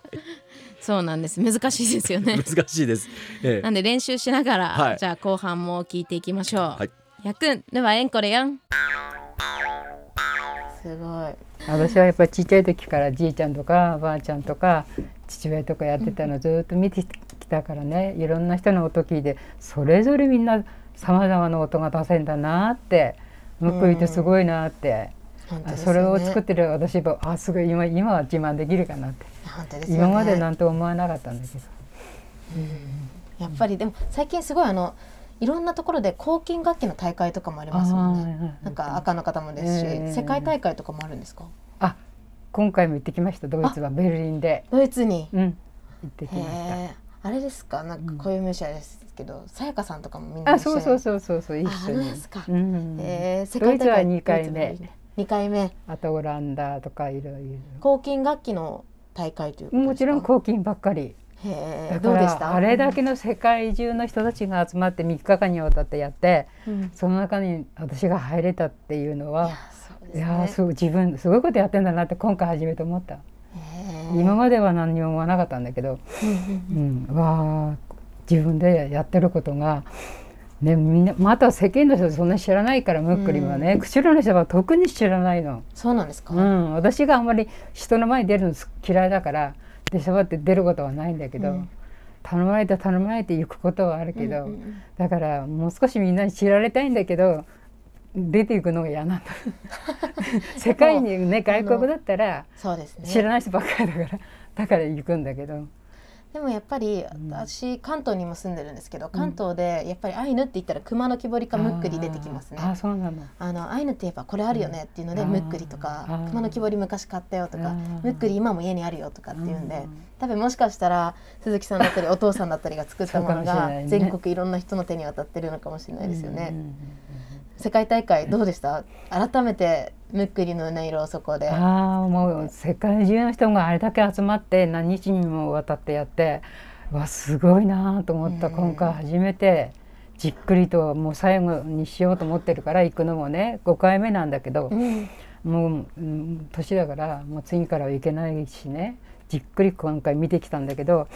[SPEAKER 3] そうなんです難しいで
[SPEAKER 2] *laughs*
[SPEAKER 3] す
[SPEAKER 5] *laughs*
[SPEAKER 3] よね
[SPEAKER 5] う難しいです、え
[SPEAKER 3] なんで練習しながら、
[SPEAKER 5] はい
[SPEAKER 3] じゃあ後半も聞いていきましょう、
[SPEAKER 5] はい
[SPEAKER 3] やくんではえんこれやん
[SPEAKER 4] すごい
[SPEAKER 6] 私はやっぱりちっちゃい時からじいちゃんとかばあちゃんとか父親とかやってたのずっと見てきたからねいろんな人の音聞いてそれぞれみんなさまざまな音が出せんだなって報いってすごいなって、
[SPEAKER 4] 本当です
[SPEAKER 6] そ
[SPEAKER 4] よね
[SPEAKER 6] れを作ってる私はあすごい今今は自慢できるかなって、
[SPEAKER 4] 本当ですよね
[SPEAKER 6] 今までなんて思わなかったんだけど。
[SPEAKER 4] やっぱりでも最近すごいあのいろんなところで抗菌楽器の大会とかもありますもんね
[SPEAKER 6] あー
[SPEAKER 4] なんか赤の方もですし、
[SPEAKER 6] うん
[SPEAKER 4] 世界大会とかもあるんですか
[SPEAKER 6] あ今回も行ってきましたドイツはベルリンで、
[SPEAKER 4] ドイツに
[SPEAKER 6] うん、行ってき
[SPEAKER 4] へ
[SPEAKER 6] ました。
[SPEAKER 4] えあれですかなんかこういう名詞あれですけどさやかさんとかもみんな
[SPEAKER 6] あ
[SPEAKER 4] 一
[SPEAKER 6] そ
[SPEAKER 4] 緒
[SPEAKER 6] う
[SPEAKER 4] に
[SPEAKER 6] そうそうそうそう一緒
[SPEAKER 4] あ
[SPEAKER 6] に
[SPEAKER 4] そうですか。
[SPEAKER 6] うん
[SPEAKER 4] へえ世
[SPEAKER 6] ド
[SPEAKER 4] 界
[SPEAKER 6] イツ
[SPEAKER 4] 大
[SPEAKER 6] は
[SPEAKER 4] 会
[SPEAKER 6] 二回
[SPEAKER 4] ドイツ
[SPEAKER 6] 目
[SPEAKER 4] も、二回目
[SPEAKER 6] あとオランダとかいろい
[SPEAKER 4] 抗菌楽器の大会ということ
[SPEAKER 6] ろ。
[SPEAKER 4] ですか
[SPEAKER 6] もちろん抗菌ばっかり。
[SPEAKER 4] へえ
[SPEAKER 6] だ
[SPEAKER 4] ど
[SPEAKER 6] か
[SPEAKER 4] う
[SPEAKER 6] ら
[SPEAKER 4] でした
[SPEAKER 6] あれだけの世界中の人たちが集まって3日間にわたってやって、
[SPEAKER 4] うん
[SPEAKER 6] その中に私が入れたっていうの
[SPEAKER 4] いや
[SPEAKER 6] は。
[SPEAKER 4] そうです
[SPEAKER 6] い
[SPEAKER 4] ね
[SPEAKER 6] やーすごい自分すごいことやってんだなって今回初めて思った、
[SPEAKER 4] へえ
[SPEAKER 6] 今までは何にも思わなかったんだけど、うんわあ自分でやってることが、ね、みんなまた世間の人そんなに知らないからムックリはね、口の人は特に知らないの、
[SPEAKER 4] そうなんですか、
[SPEAKER 6] うん、私があんまり人の前に出るの嫌いだから出しゃばって出ることはないんだけど、頼まれて頼まれて行くことはあるけど、だからもう少しみんなに知られたいんだけど出ていくのが嫌 *laughs* なんだ世界にね外国だったら
[SPEAKER 4] そうですね
[SPEAKER 6] 知らない人ばっかりだから *laughs* だから行くんだけど、
[SPEAKER 4] でもやっぱり私関東にも住んでるんですけど関東でやっぱりアイヌって言ったら熊の木彫りかムックリ出てきますね
[SPEAKER 6] あーあーそうなの
[SPEAKER 4] あのアイヌって言えばこれあるよねっていうので、
[SPEAKER 6] うん
[SPEAKER 4] ムックリとか
[SPEAKER 6] あー
[SPEAKER 4] 熊の木彫り昔買ったよと
[SPEAKER 6] あ
[SPEAKER 4] か
[SPEAKER 6] ー
[SPEAKER 4] ムックリ今も家にあるよとかっていうんで、
[SPEAKER 6] うん
[SPEAKER 4] 多分もしかしたら鈴木さんだったりお父さんだったりが作ったもの
[SPEAKER 6] そうかも
[SPEAKER 4] が
[SPEAKER 6] しれないね
[SPEAKER 4] 全国いろんな人の手に渡ってるのかもしれないですよね。
[SPEAKER 6] うんうん
[SPEAKER 4] 世界大会どうでした改めてムックリの音色をそこで。
[SPEAKER 6] ああもう世界中の人があれだけ集まって何日にもわたってやってわすごいなと思った、今回初めてじっくりともう最後にしようと思ってるから行くのもね5回目なんだけど、
[SPEAKER 4] うん
[SPEAKER 6] もう、うん、年だからもう次からはいけないしねじっくり今回見てきたんだけど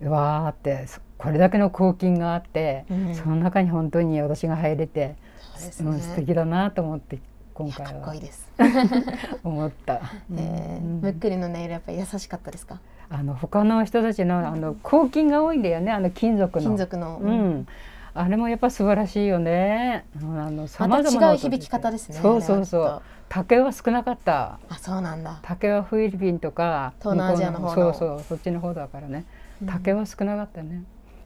[SPEAKER 6] うわーってそこれだけの抗菌があって、
[SPEAKER 4] うん
[SPEAKER 6] その中に本当に私が入れて、
[SPEAKER 4] そうです
[SPEAKER 6] うん、素
[SPEAKER 4] ね
[SPEAKER 6] 敵だなと思って
[SPEAKER 4] い
[SPEAKER 6] 今
[SPEAKER 4] やか
[SPEAKER 6] 回
[SPEAKER 4] っこ
[SPEAKER 6] はい
[SPEAKER 4] いです。
[SPEAKER 6] 思った。
[SPEAKER 4] えー
[SPEAKER 6] うん
[SPEAKER 4] ムックリの音色やっぱり優しかったですか。
[SPEAKER 6] あの他の人たちのあの抗菌が多いんだよねあの金属の。
[SPEAKER 4] 金属の。
[SPEAKER 6] う。ん。あれもやっぱ素晴らしいよね。うんあの様々な
[SPEAKER 4] 違う
[SPEAKER 6] 音
[SPEAKER 4] 響き方ですね
[SPEAKER 6] そうそうそ
[SPEAKER 4] あれは
[SPEAKER 6] う。竹は少なかった。
[SPEAKER 4] あ、そうなんだ。
[SPEAKER 6] 竹はフィリピンとか
[SPEAKER 4] 東南アジアの
[SPEAKER 6] 向
[SPEAKER 4] 方の
[SPEAKER 6] こうそうそうそっちの方だからね。竹は少なかったね。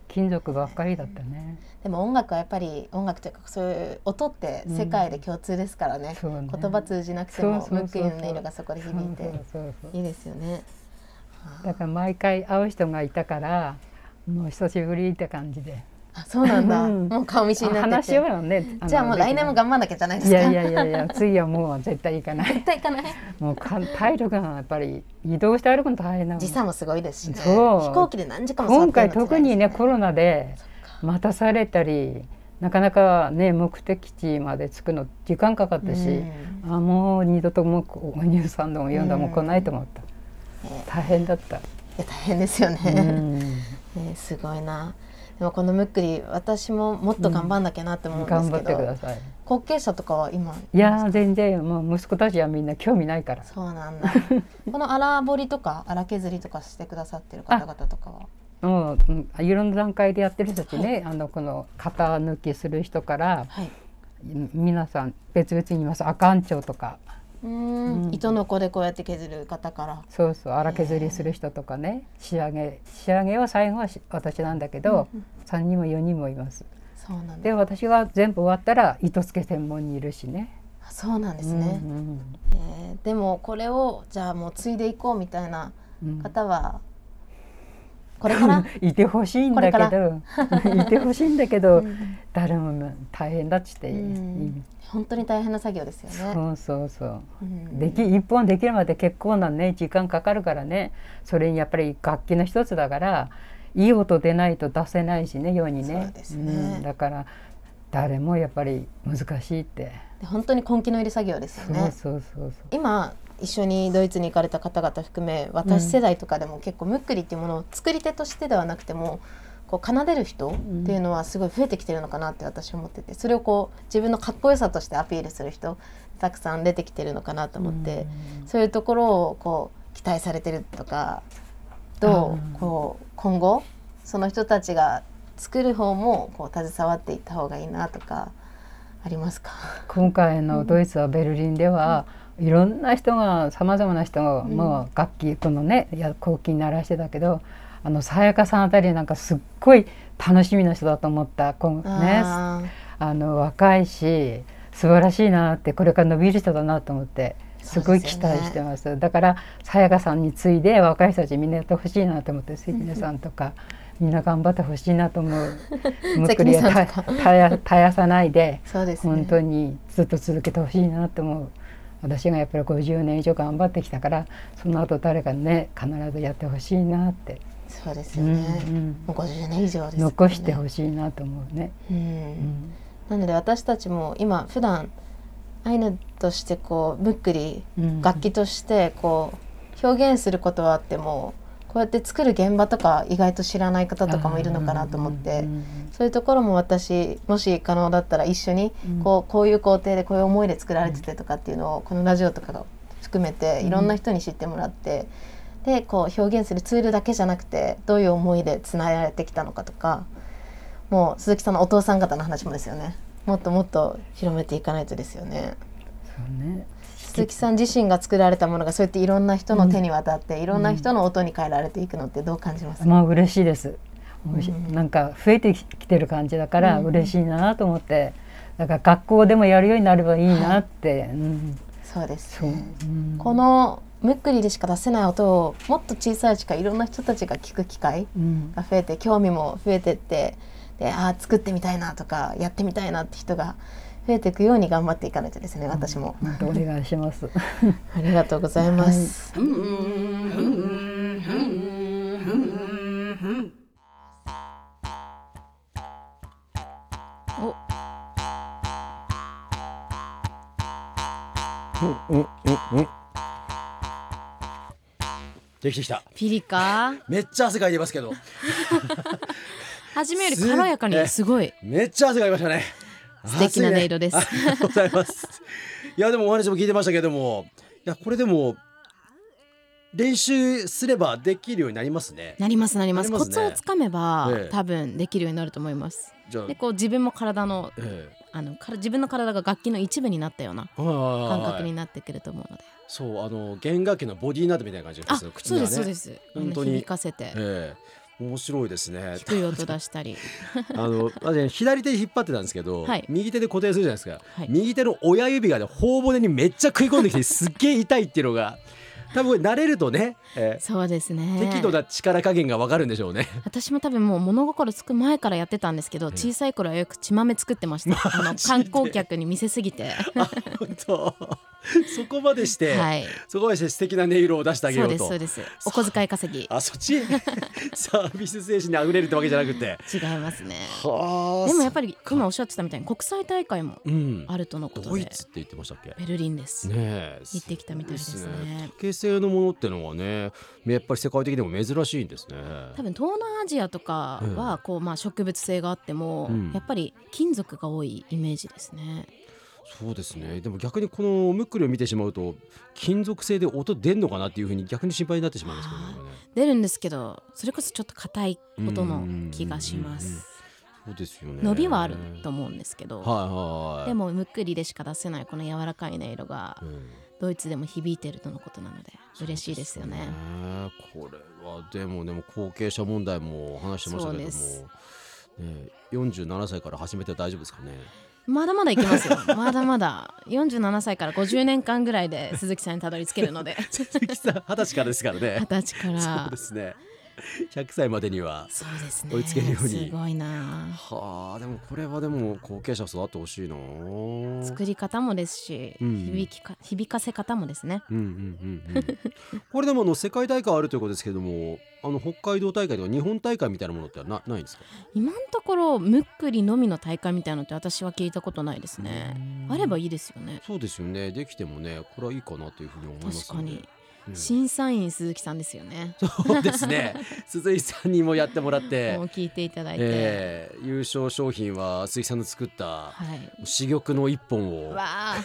[SPEAKER 6] 金属ばっかりだったね。
[SPEAKER 4] でも音楽はやっぱり音楽というかそういう音って世界で共通ですからね,、
[SPEAKER 6] そうね
[SPEAKER 4] 言葉通じなくても
[SPEAKER 6] そう
[SPEAKER 4] ム
[SPEAKER 6] そうそう
[SPEAKER 4] ック
[SPEAKER 6] そう
[SPEAKER 4] リの音色がそこで響いて
[SPEAKER 6] そうそうそう
[SPEAKER 4] いいですよね
[SPEAKER 6] だから毎回会う人がいたからもう久しぶりって感じで。
[SPEAKER 4] あそうなんだ、
[SPEAKER 6] うん
[SPEAKER 4] もう顔見知りになって
[SPEAKER 6] 話
[SPEAKER 4] て
[SPEAKER 6] はね。の
[SPEAKER 4] じゃあもう来年も頑張んなきゃじゃないです
[SPEAKER 6] い
[SPEAKER 4] か
[SPEAKER 6] やいや
[SPEAKER 4] 絶
[SPEAKER 6] いやいや次はもう絶対行かない
[SPEAKER 4] 対行かない
[SPEAKER 6] もうか体力がやっぱり移動して歩くの大変なの
[SPEAKER 4] 時差もすごいですしね飛
[SPEAKER 6] そう
[SPEAKER 4] 行機で何時間も座ってる
[SPEAKER 6] 今
[SPEAKER 4] の辛
[SPEAKER 6] 回
[SPEAKER 4] いです
[SPEAKER 6] 特にねコロナで待たされたりなかなかね目的地まで着くの時間かかったし、あもう二度ともうこう乳酸度も読んだもう来ないと思った、大変だった、
[SPEAKER 4] いや大変ですよね、
[SPEAKER 6] うん
[SPEAKER 4] ねすごいな。でもこのムックリ私ももっと頑張んなきゃなって思うんで
[SPEAKER 6] 頑
[SPEAKER 4] す
[SPEAKER 6] 張
[SPEAKER 4] け
[SPEAKER 6] って
[SPEAKER 4] ど、
[SPEAKER 6] ください
[SPEAKER 4] 後継者とかは今
[SPEAKER 6] いやー全然もう息子たちはみんな興味ないから
[SPEAKER 4] そうなんだこの荒彫りとか荒削りとかしてくださってる方々と
[SPEAKER 6] *laughs*
[SPEAKER 4] かは
[SPEAKER 6] もう、うん、いろんな段階でやってる人たちね、あのこの型抜きする人から
[SPEAKER 4] はい
[SPEAKER 6] み皆さん別々にいます阿寒町とか
[SPEAKER 4] うーんん糸の子でこうやって削る方から
[SPEAKER 6] そうそう荒削りする人とかね仕上げ仕上げは最後はし私なんだけど、3人も4人もいます
[SPEAKER 4] そうなんだ
[SPEAKER 6] で私が全部終わったら糸付け専門にいるしね
[SPEAKER 4] あそうなんですね、
[SPEAKER 6] うんうん
[SPEAKER 4] えーでもこれをじゃあもう継いでいこうみたいな方は、これから
[SPEAKER 6] *laughs* いてほしいんだけ
[SPEAKER 4] こ
[SPEAKER 6] ど *laughs* いてほしいんだけど、誰も大変だっつって、
[SPEAKER 4] うん本当に大変な作業ですよね。
[SPEAKER 6] そうそうそうう、
[SPEAKER 4] ん
[SPEAKER 6] でき一本できるまで結構なね時間かかるからねそれにやっぱり楽器の一つだからいい音出ないと出せないしね世にね
[SPEAKER 4] そうですね
[SPEAKER 6] んだから誰もやっぱり難しいって、
[SPEAKER 4] で本当に根気のいる作業です
[SPEAKER 6] そ
[SPEAKER 4] よ
[SPEAKER 6] う
[SPEAKER 4] ね。
[SPEAKER 6] そうそうそう
[SPEAKER 4] 今一緒にドイツに行かれた方々含め私世代とかでも結構ムックリっていうものを作り手としてではなくてもこう奏でる人っていうのはすごい増えてきてるのかなって私思っててそれをこう自分のかっこよさとしてアピールする人たくさん出てきてるのかなと思って、そういうところをこう期待されてるとかどうこう今後その人たちが作る方もこう携わっていった方がいいなとかありますか、
[SPEAKER 6] 今回のドイツはベルリンでは、いろんな人がさまざまな人が、もう楽器このねいや後期鳴らしてたけどあのさやかさんあたりなんかすっごい楽しみな人だと思った今ね
[SPEAKER 4] あー
[SPEAKER 6] あの若いし素晴らしいなってこれから伸びる人だなと思ってすごい期待してますだからさやかさんに次いで若い人たちみんなやってほしいなと思って関根さんとかみんな頑張ってほしいなと思うむっくりは
[SPEAKER 4] *laughs* 関
[SPEAKER 6] た
[SPEAKER 4] 根さんと
[SPEAKER 6] たや絶やさないで
[SPEAKER 4] そうですね
[SPEAKER 6] 本当にずっと続けてほしいなと思う私がやっぱり50年以上頑張ってきたからその後誰かね必ずやってほしいなって、
[SPEAKER 4] そうです
[SPEAKER 6] う
[SPEAKER 4] よ
[SPEAKER 6] んう
[SPEAKER 4] ね、
[SPEAKER 6] ん、
[SPEAKER 4] もう50年以上です、ね、
[SPEAKER 6] 残してほしいなと思うね。
[SPEAKER 4] うんなので私たちも今普段アイヌとしてこうムックリ
[SPEAKER 6] うん
[SPEAKER 4] 楽器としてこう表現することはあってもこうやって作る現場とか意外と知らない方とかもいるのかなと思ってそういうところも私もし可能だったら一緒にこうこういう工程でこういう思いで作られててとかっていうのをこのラジオとかが含めていろんな人に知ってもらってでこう表現するツールだけじゃなくてどういう思いでつながれてきたのかとかもう鈴木さんのお父さん方の話もですよねもっともっと広めていかないとですよね。
[SPEAKER 6] そうね
[SPEAKER 4] 鈴木さん自身が作られたものがそうやっていろんな人の手に渡って、いろんな人の音に変えられていくのってどう感じますか、
[SPEAKER 6] まあ嬉しいです。おいしなんか増えてきてる感じだから嬉しいなと思って、だから学校でもやるようになればいいなって、うん、
[SPEAKER 4] そうです
[SPEAKER 6] そう、うん
[SPEAKER 4] このむっくりでしか出せない音をもっと小さいうちからいろんな人たちが聞く機会
[SPEAKER 6] うん
[SPEAKER 4] が増えて興味も増えてってでああ作ってみたいなとかやってみたいなって人が増えていくように頑張っていかないとですね私も、
[SPEAKER 6] 本当お願いし *laughs* ます。
[SPEAKER 4] ありがとうございます、
[SPEAKER 2] できてきた
[SPEAKER 3] ピリか
[SPEAKER 2] めっちゃ汗かいてますけど
[SPEAKER 3] 初めより軽やかにすごい
[SPEAKER 2] めっちゃ汗かいましたね
[SPEAKER 3] 素敵な音色です
[SPEAKER 2] 暑いねありがとうございますいやでもお話も聞いてましたけどもいやこれでも練習すればできるようになりますね
[SPEAKER 3] なりますなります
[SPEAKER 2] なります
[SPEAKER 3] コ
[SPEAKER 2] ね
[SPEAKER 3] ツをつかめば、
[SPEAKER 2] ええ
[SPEAKER 3] 多分できるようになると思います
[SPEAKER 2] じゃあ
[SPEAKER 3] でこう自分も体の
[SPEAKER 2] ええ
[SPEAKER 3] あのから自分の体が楽器の一部になったような
[SPEAKER 2] はい
[SPEAKER 3] 感
[SPEAKER 2] はいはい
[SPEAKER 3] 覚になってくると思うので、
[SPEAKER 2] そうあの弦楽器のボディーなどみたいな感じ
[SPEAKER 3] あ
[SPEAKER 2] です
[SPEAKER 3] そう
[SPEAKER 2] ね
[SPEAKER 3] で
[SPEAKER 2] 口
[SPEAKER 3] す、
[SPEAKER 2] がね
[SPEAKER 3] そうです
[SPEAKER 2] 本当に
[SPEAKER 3] 響かせて
[SPEAKER 2] ええ面白いですね
[SPEAKER 3] 低い音出したり
[SPEAKER 2] あの私ね左手で引っ張ってたんですけど、
[SPEAKER 3] はい
[SPEAKER 2] 右手で固定するじゃないですか、
[SPEAKER 3] はい
[SPEAKER 2] 右手の親指がね頬骨にめっちゃ食い込んできてすっげえ痛いっていうのが多分これ慣れるとね、え
[SPEAKER 3] そうです
[SPEAKER 2] ー
[SPEAKER 3] ね
[SPEAKER 5] *laughs*
[SPEAKER 2] 適度な力加減がわかるんでしょ
[SPEAKER 3] *laughs*
[SPEAKER 2] うね
[SPEAKER 3] 私も多分もう物心つく前からやってたんですけど小さい頃はよく血豆作ってましたあの観光客に見せすぎて
[SPEAKER 2] 本当そこまでして、
[SPEAKER 3] はい
[SPEAKER 2] そこまでして素敵な音色を出してあげ
[SPEAKER 3] そ
[SPEAKER 2] よ
[SPEAKER 3] う
[SPEAKER 2] うと
[SPEAKER 3] ですそうですお小遣い稼ぎ
[SPEAKER 2] あそっち *laughs* サービス精神にあふれるってわけじゃなくて
[SPEAKER 3] 違いますね
[SPEAKER 2] はあ
[SPEAKER 3] でもやっぱり今おっしゃってたみたいに国際大会も
[SPEAKER 5] うん
[SPEAKER 3] あるとのこと
[SPEAKER 5] ドイ
[SPEAKER 3] で
[SPEAKER 5] ツって言ってましたっけ
[SPEAKER 3] ベルリンです、
[SPEAKER 5] ねえ
[SPEAKER 3] 行ってきたみたいですね
[SPEAKER 5] すご竹製のものってのはねやっぱり世界的にも珍しいんですね
[SPEAKER 3] 多分東南アジアとかはこう、まあ、植物性があっても、
[SPEAKER 5] うん
[SPEAKER 3] やっぱり金属が多いイメージですね
[SPEAKER 5] そうですねでも逆にこのムックリを見てしまうと金属製で音出んのかなっていうふうに逆に心配になってしまうんですけどねなんかね
[SPEAKER 3] 出るんですけどそれこそちょっと硬い音の気がします
[SPEAKER 5] そうですよね
[SPEAKER 3] 伸びはあると思うんですけど、
[SPEAKER 5] はいはいはい
[SPEAKER 3] でもむっくりでしか出せないこの柔らかい音色が
[SPEAKER 5] うん
[SPEAKER 3] ドイツでも響いてるとのことなので嬉しいですよね。
[SPEAKER 5] ねこれはでもでも後継者問題も話してましたけ
[SPEAKER 3] そうで
[SPEAKER 5] ど
[SPEAKER 3] す
[SPEAKER 5] も、ね、47歳から始めて大丈夫ですかね
[SPEAKER 3] まだまだいけま
[SPEAKER 5] *laughs*
[SPEAKER 3] すよ。まだまだ47歳から50年間ぐらいで鈴木さんにたどり着け
[SPEAKER 5] *laughs*
[SPEAKER 3] るので
[SPEAKER 5] 鈴木さん二十歳からですから
[SPEAKER 3] *laughs* 二
[SPEAKER 5] ね
[SPEAKER 3] 十歳から
[SPEAKER 5] そうですね100歳までには
[SPEAKER 3] そうですね
[SPEAKER 5] 追いつけるように
[SPEAKER 3] すごいな
[SPEAKER 5] はあでもこれはでも後継者育ってほしいな
[SPEAKER 3] 作り方もですし、
[SPEAKER 5] うん
[SPEAKER 3] 響きか響かせ方もですね
[SPEAKER 5] うんうんうんうんこれでもあの世界大会あるということですけどもあの北海道大会とか日本大会みたいなものってなないんですか
[SPEAKER 3] 今のところむっくりのみの大会みたいなのって私は聞いたことないですねあればいいですよね
[SPEAKER 5] そうですよねできてもねこれはいいかなというふうに思います
[SPEAKER 3] 確か
[SPEAKER 5] ので
[SPEAKER 3] に、
[SPEAKER 5] うん
[SPEAKER 3] 審査員鈴木さんですよね
[SPEAKER 5] そうです
[SPEAKER 3] *laughs*
[SPEAKER 5] ね鈴井さんにもやってもらって
[SPEAKER 3] もう、聞いていただいて、
[SPEAKER 5] えー優勝商品は鈴木さんの作った
[SPEAKER 3] はい
[SPEAKER 5] 珠玉の一本を
[SPEAKER 3] わあ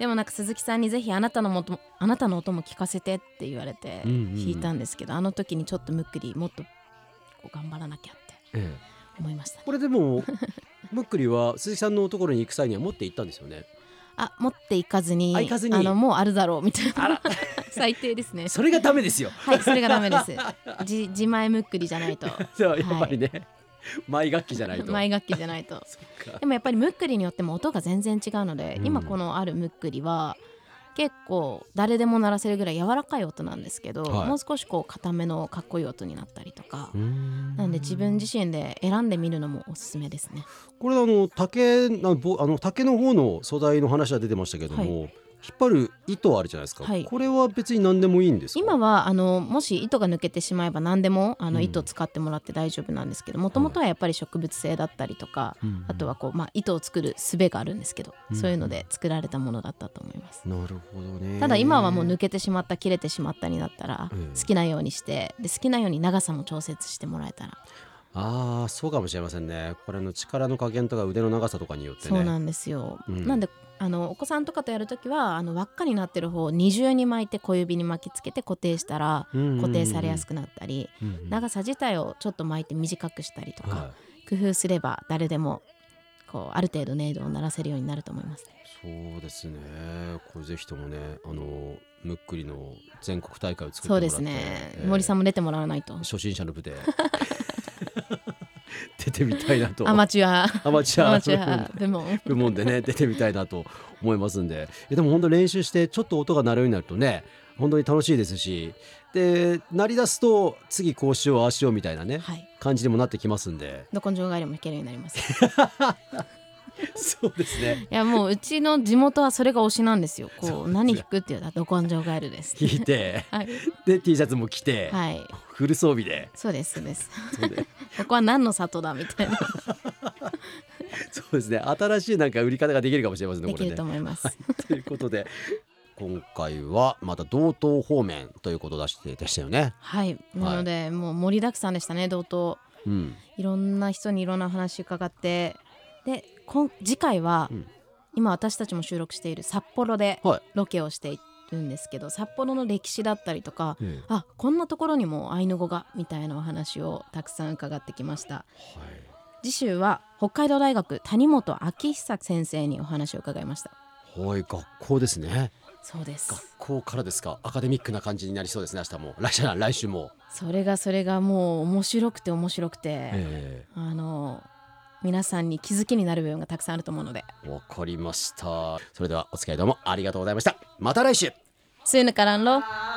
[SPEAKER 3] でもなんか鈴木さんにぜひあなたのもとあなたの音も聞かせてって言われて
[SPEAKER 5] うんうんうん
[SPEAKER 3] 弾いたんですけど、あの時にちょっとむっくりもっとこう頑張らなきゃって
[SPEAKER 5] ええ
[SPEAKER 3] 思いましたね
[SPEAKER 5] これでもムックリは鈴木さんのところに行く際には持って行ったんですよね
[SPEAKER 3] あ持っていかずに
[SPEAKER 5] あ行かずに
[SPEAKER 3] あのもうあるだろうみたいな *laughs* 最低ですね
[SPEAKER 5] それがダメですよ
[SPEAKER 3] はいそれがダメですじ自前むっくりじゃないと
[SPEAKER 5] そうやっぱりね、前楽器じゃ *laughs* ないと
[SPEAKER 3] 前楽器じゃないと
[SPEAKER 5] そっか
[SPEAKER 3] *laughs* でもやっぱりむっくりによっても音が全然違うので、
[SPEAKER 5] うん
[SPEAKER 3] 今このあるむっくりは結構誰でも鳴らせるぐらい柔らかい音なんですけど、
[SPEAKER 5] はい
[SPEAKER 3] もう少しこう硬めのかっこいい音になったりとか、
[SPEAKER 5] うん
[SPEAKER 3] なんで自分自身で選んでみるのもおすすめですね。
[SPEAKER 5] これあの竹なぼあの竹の方の素材の話は出てましたけども、
[SPEAKER 3] はい
[SPEAKER 5] 引っ張る糸あるじゃないですか、
[SPEAKER 3] はい
[SPEAKER 5] これは別に何でもいいんですか
[SPEAKER 3] 今はあのもし糸が抜けてしまえば何でもあ
[SPEAKER 5] う
[SPEAKER 3] の
[SPEAKER 5] ん
[SPEAKER 3] 糸を使ってもらって大丈夫なんですけどもともとはやっぱり植物性だったりとか、
[SPEAKER 5] うん
[SPEAKER 3] あとはこう、まあ、糸を作る術があるんですけど、
[SPEAKER 5] うん
[SPEAKER 3] そういうので作られたものだったと思います。
[SPEAKER 5] なるほどね
[SPEAKER 3] ただ今はもう抜けてしまった切れてしまったになったら
[SPEAKER 5] うん
[SPEAKER 3] 好きなようにしてで好きなように長さも調節してもらえたら、
[SPEAKER 5] ああそうかもしれませんねこれの力の加減とか腕の長さとかによってね
[SPEAKER 3] そうなんですよ、
[SPEAKER 5] うん
[SPEAKER 3] なんであのお子さんとかとやるときはあの輪っかになってる方を二重に巻いて小指に巻きつけて固定したら
[SPEAKER 5] うんうんうん
[SPEAKER 3] 固定されやすくなったり、
[SPEAKER 5] うんうん
[SPEAKER 3] 長さ自体をちょっと巻いて短くしたりとか、
[SPEAKER 5] はい
[SPEAKER 3] 工夫すれば誰でもこうある程度音色を鳴らせるようになると思います、ね、
[SPEAKER 5] そうですねこれぜひともねあのむっくりの全国大会を作っても
[SPEAKER 3] そ
[SPEAKER 5] ら
[SPEAKER 3] う
[SPEAKER 5] って
[SPEAKER 3] ですね、
[SPEAKER 5] えー
[SPEAKER 3] 森さんも出てもらわないと
[SPEAKER 5] 初心者の部で *laughs* 出てみたいなと
[SPEAKER 3] アマチュア
[SPEAKER 5] アマチュ
[SPEAKER 3] ア
[SPEAKER 5] ア
[SPEAKER 3] マチュア部門
[SPEAKER 5] 部門で *laughs* ね出てみたいなと思いますんでいやでも本当練習してちょっと音が鳴るようになるとね本当に楽しいですしで鳴り出すと次こうしようああしようみたいなね、
[SPEAKER 3] はい
[SPEAKER 5] 感じにもなってきますんで
[SPEAKER 3] ど根性帰りも弾けるようになります
[SPEAKER 5] そうですね
[SPEAKER 3] いやもううちの地元はそれが推しなんですよ。こう何弾くっていうとど根性ガエルです。
[SPEAKER 5] 弾いて
[SPEAKER 3] *laughs* はい、
[SPEAKER 5] で T シャツも着て、
[SPEAKER 3] はい、
[SPEAKER 5] フル装備で
[SPEAKER 3] そうですそうです。
[SPEAKER 5] そうで
[SPEAKER 3] *laughs* ここは何の里だみた *laughs* いな
[SPEAKER 5] そうですね新しいなんか売り方ができるかもしれませんね
[SPEAKER 3] で
[SPEAKER 5] こ
[SPEAKER 3] き
[SPEAKER 5] れ
[SPEAKER 3] る
[SPEAKER 5] ね
[SPEAKER 3] と。思います。
[SPEAKER 5] *laughs* ということで今回はまた道東方面ということを出してでしたよね。
[SPEAKER 3] はい、なので、もう盛りだくさんでしたね。同等
[SPEAKER 5] うん、
[SPEAKER 3] いろんな人にいろんなお話伺ってで今次回は、
[SPEAKER 5] うん
[SPEAKER 3] 今私たちも収録している札幌で
[SPEAKER 5] はい
[SPEAKER 3] ロケをしているんですけど、札幌の歴史だったりとか、
[SPEAKER 5] え
[SPEAKER 3] あこんなところにもアイヌ語がみたいなお話をたくさん伺ってきました。次週は北海道大学谷本昭久先生にお話を伺いました
[SPEAKER 5] はい学校ですね。
[SPEAKER 3] そうです
[SPEAKER 5] 学校からですかアカデミックな感じになりそうですね明日も来週来週も、
[SPEAKER 3] それがそれがもう面白くて面白くて、
[SPEAKER 5] え
[SPEAKER 3] あの皆さんに気づきになる部分がたくさんあると思うので
[SPEAKER 5] えわかりましたそれではお付き合いどうもありがとうございましたまた来週
[SPEAKER 3] スーヌカランロ
[SPEAKER 1] 「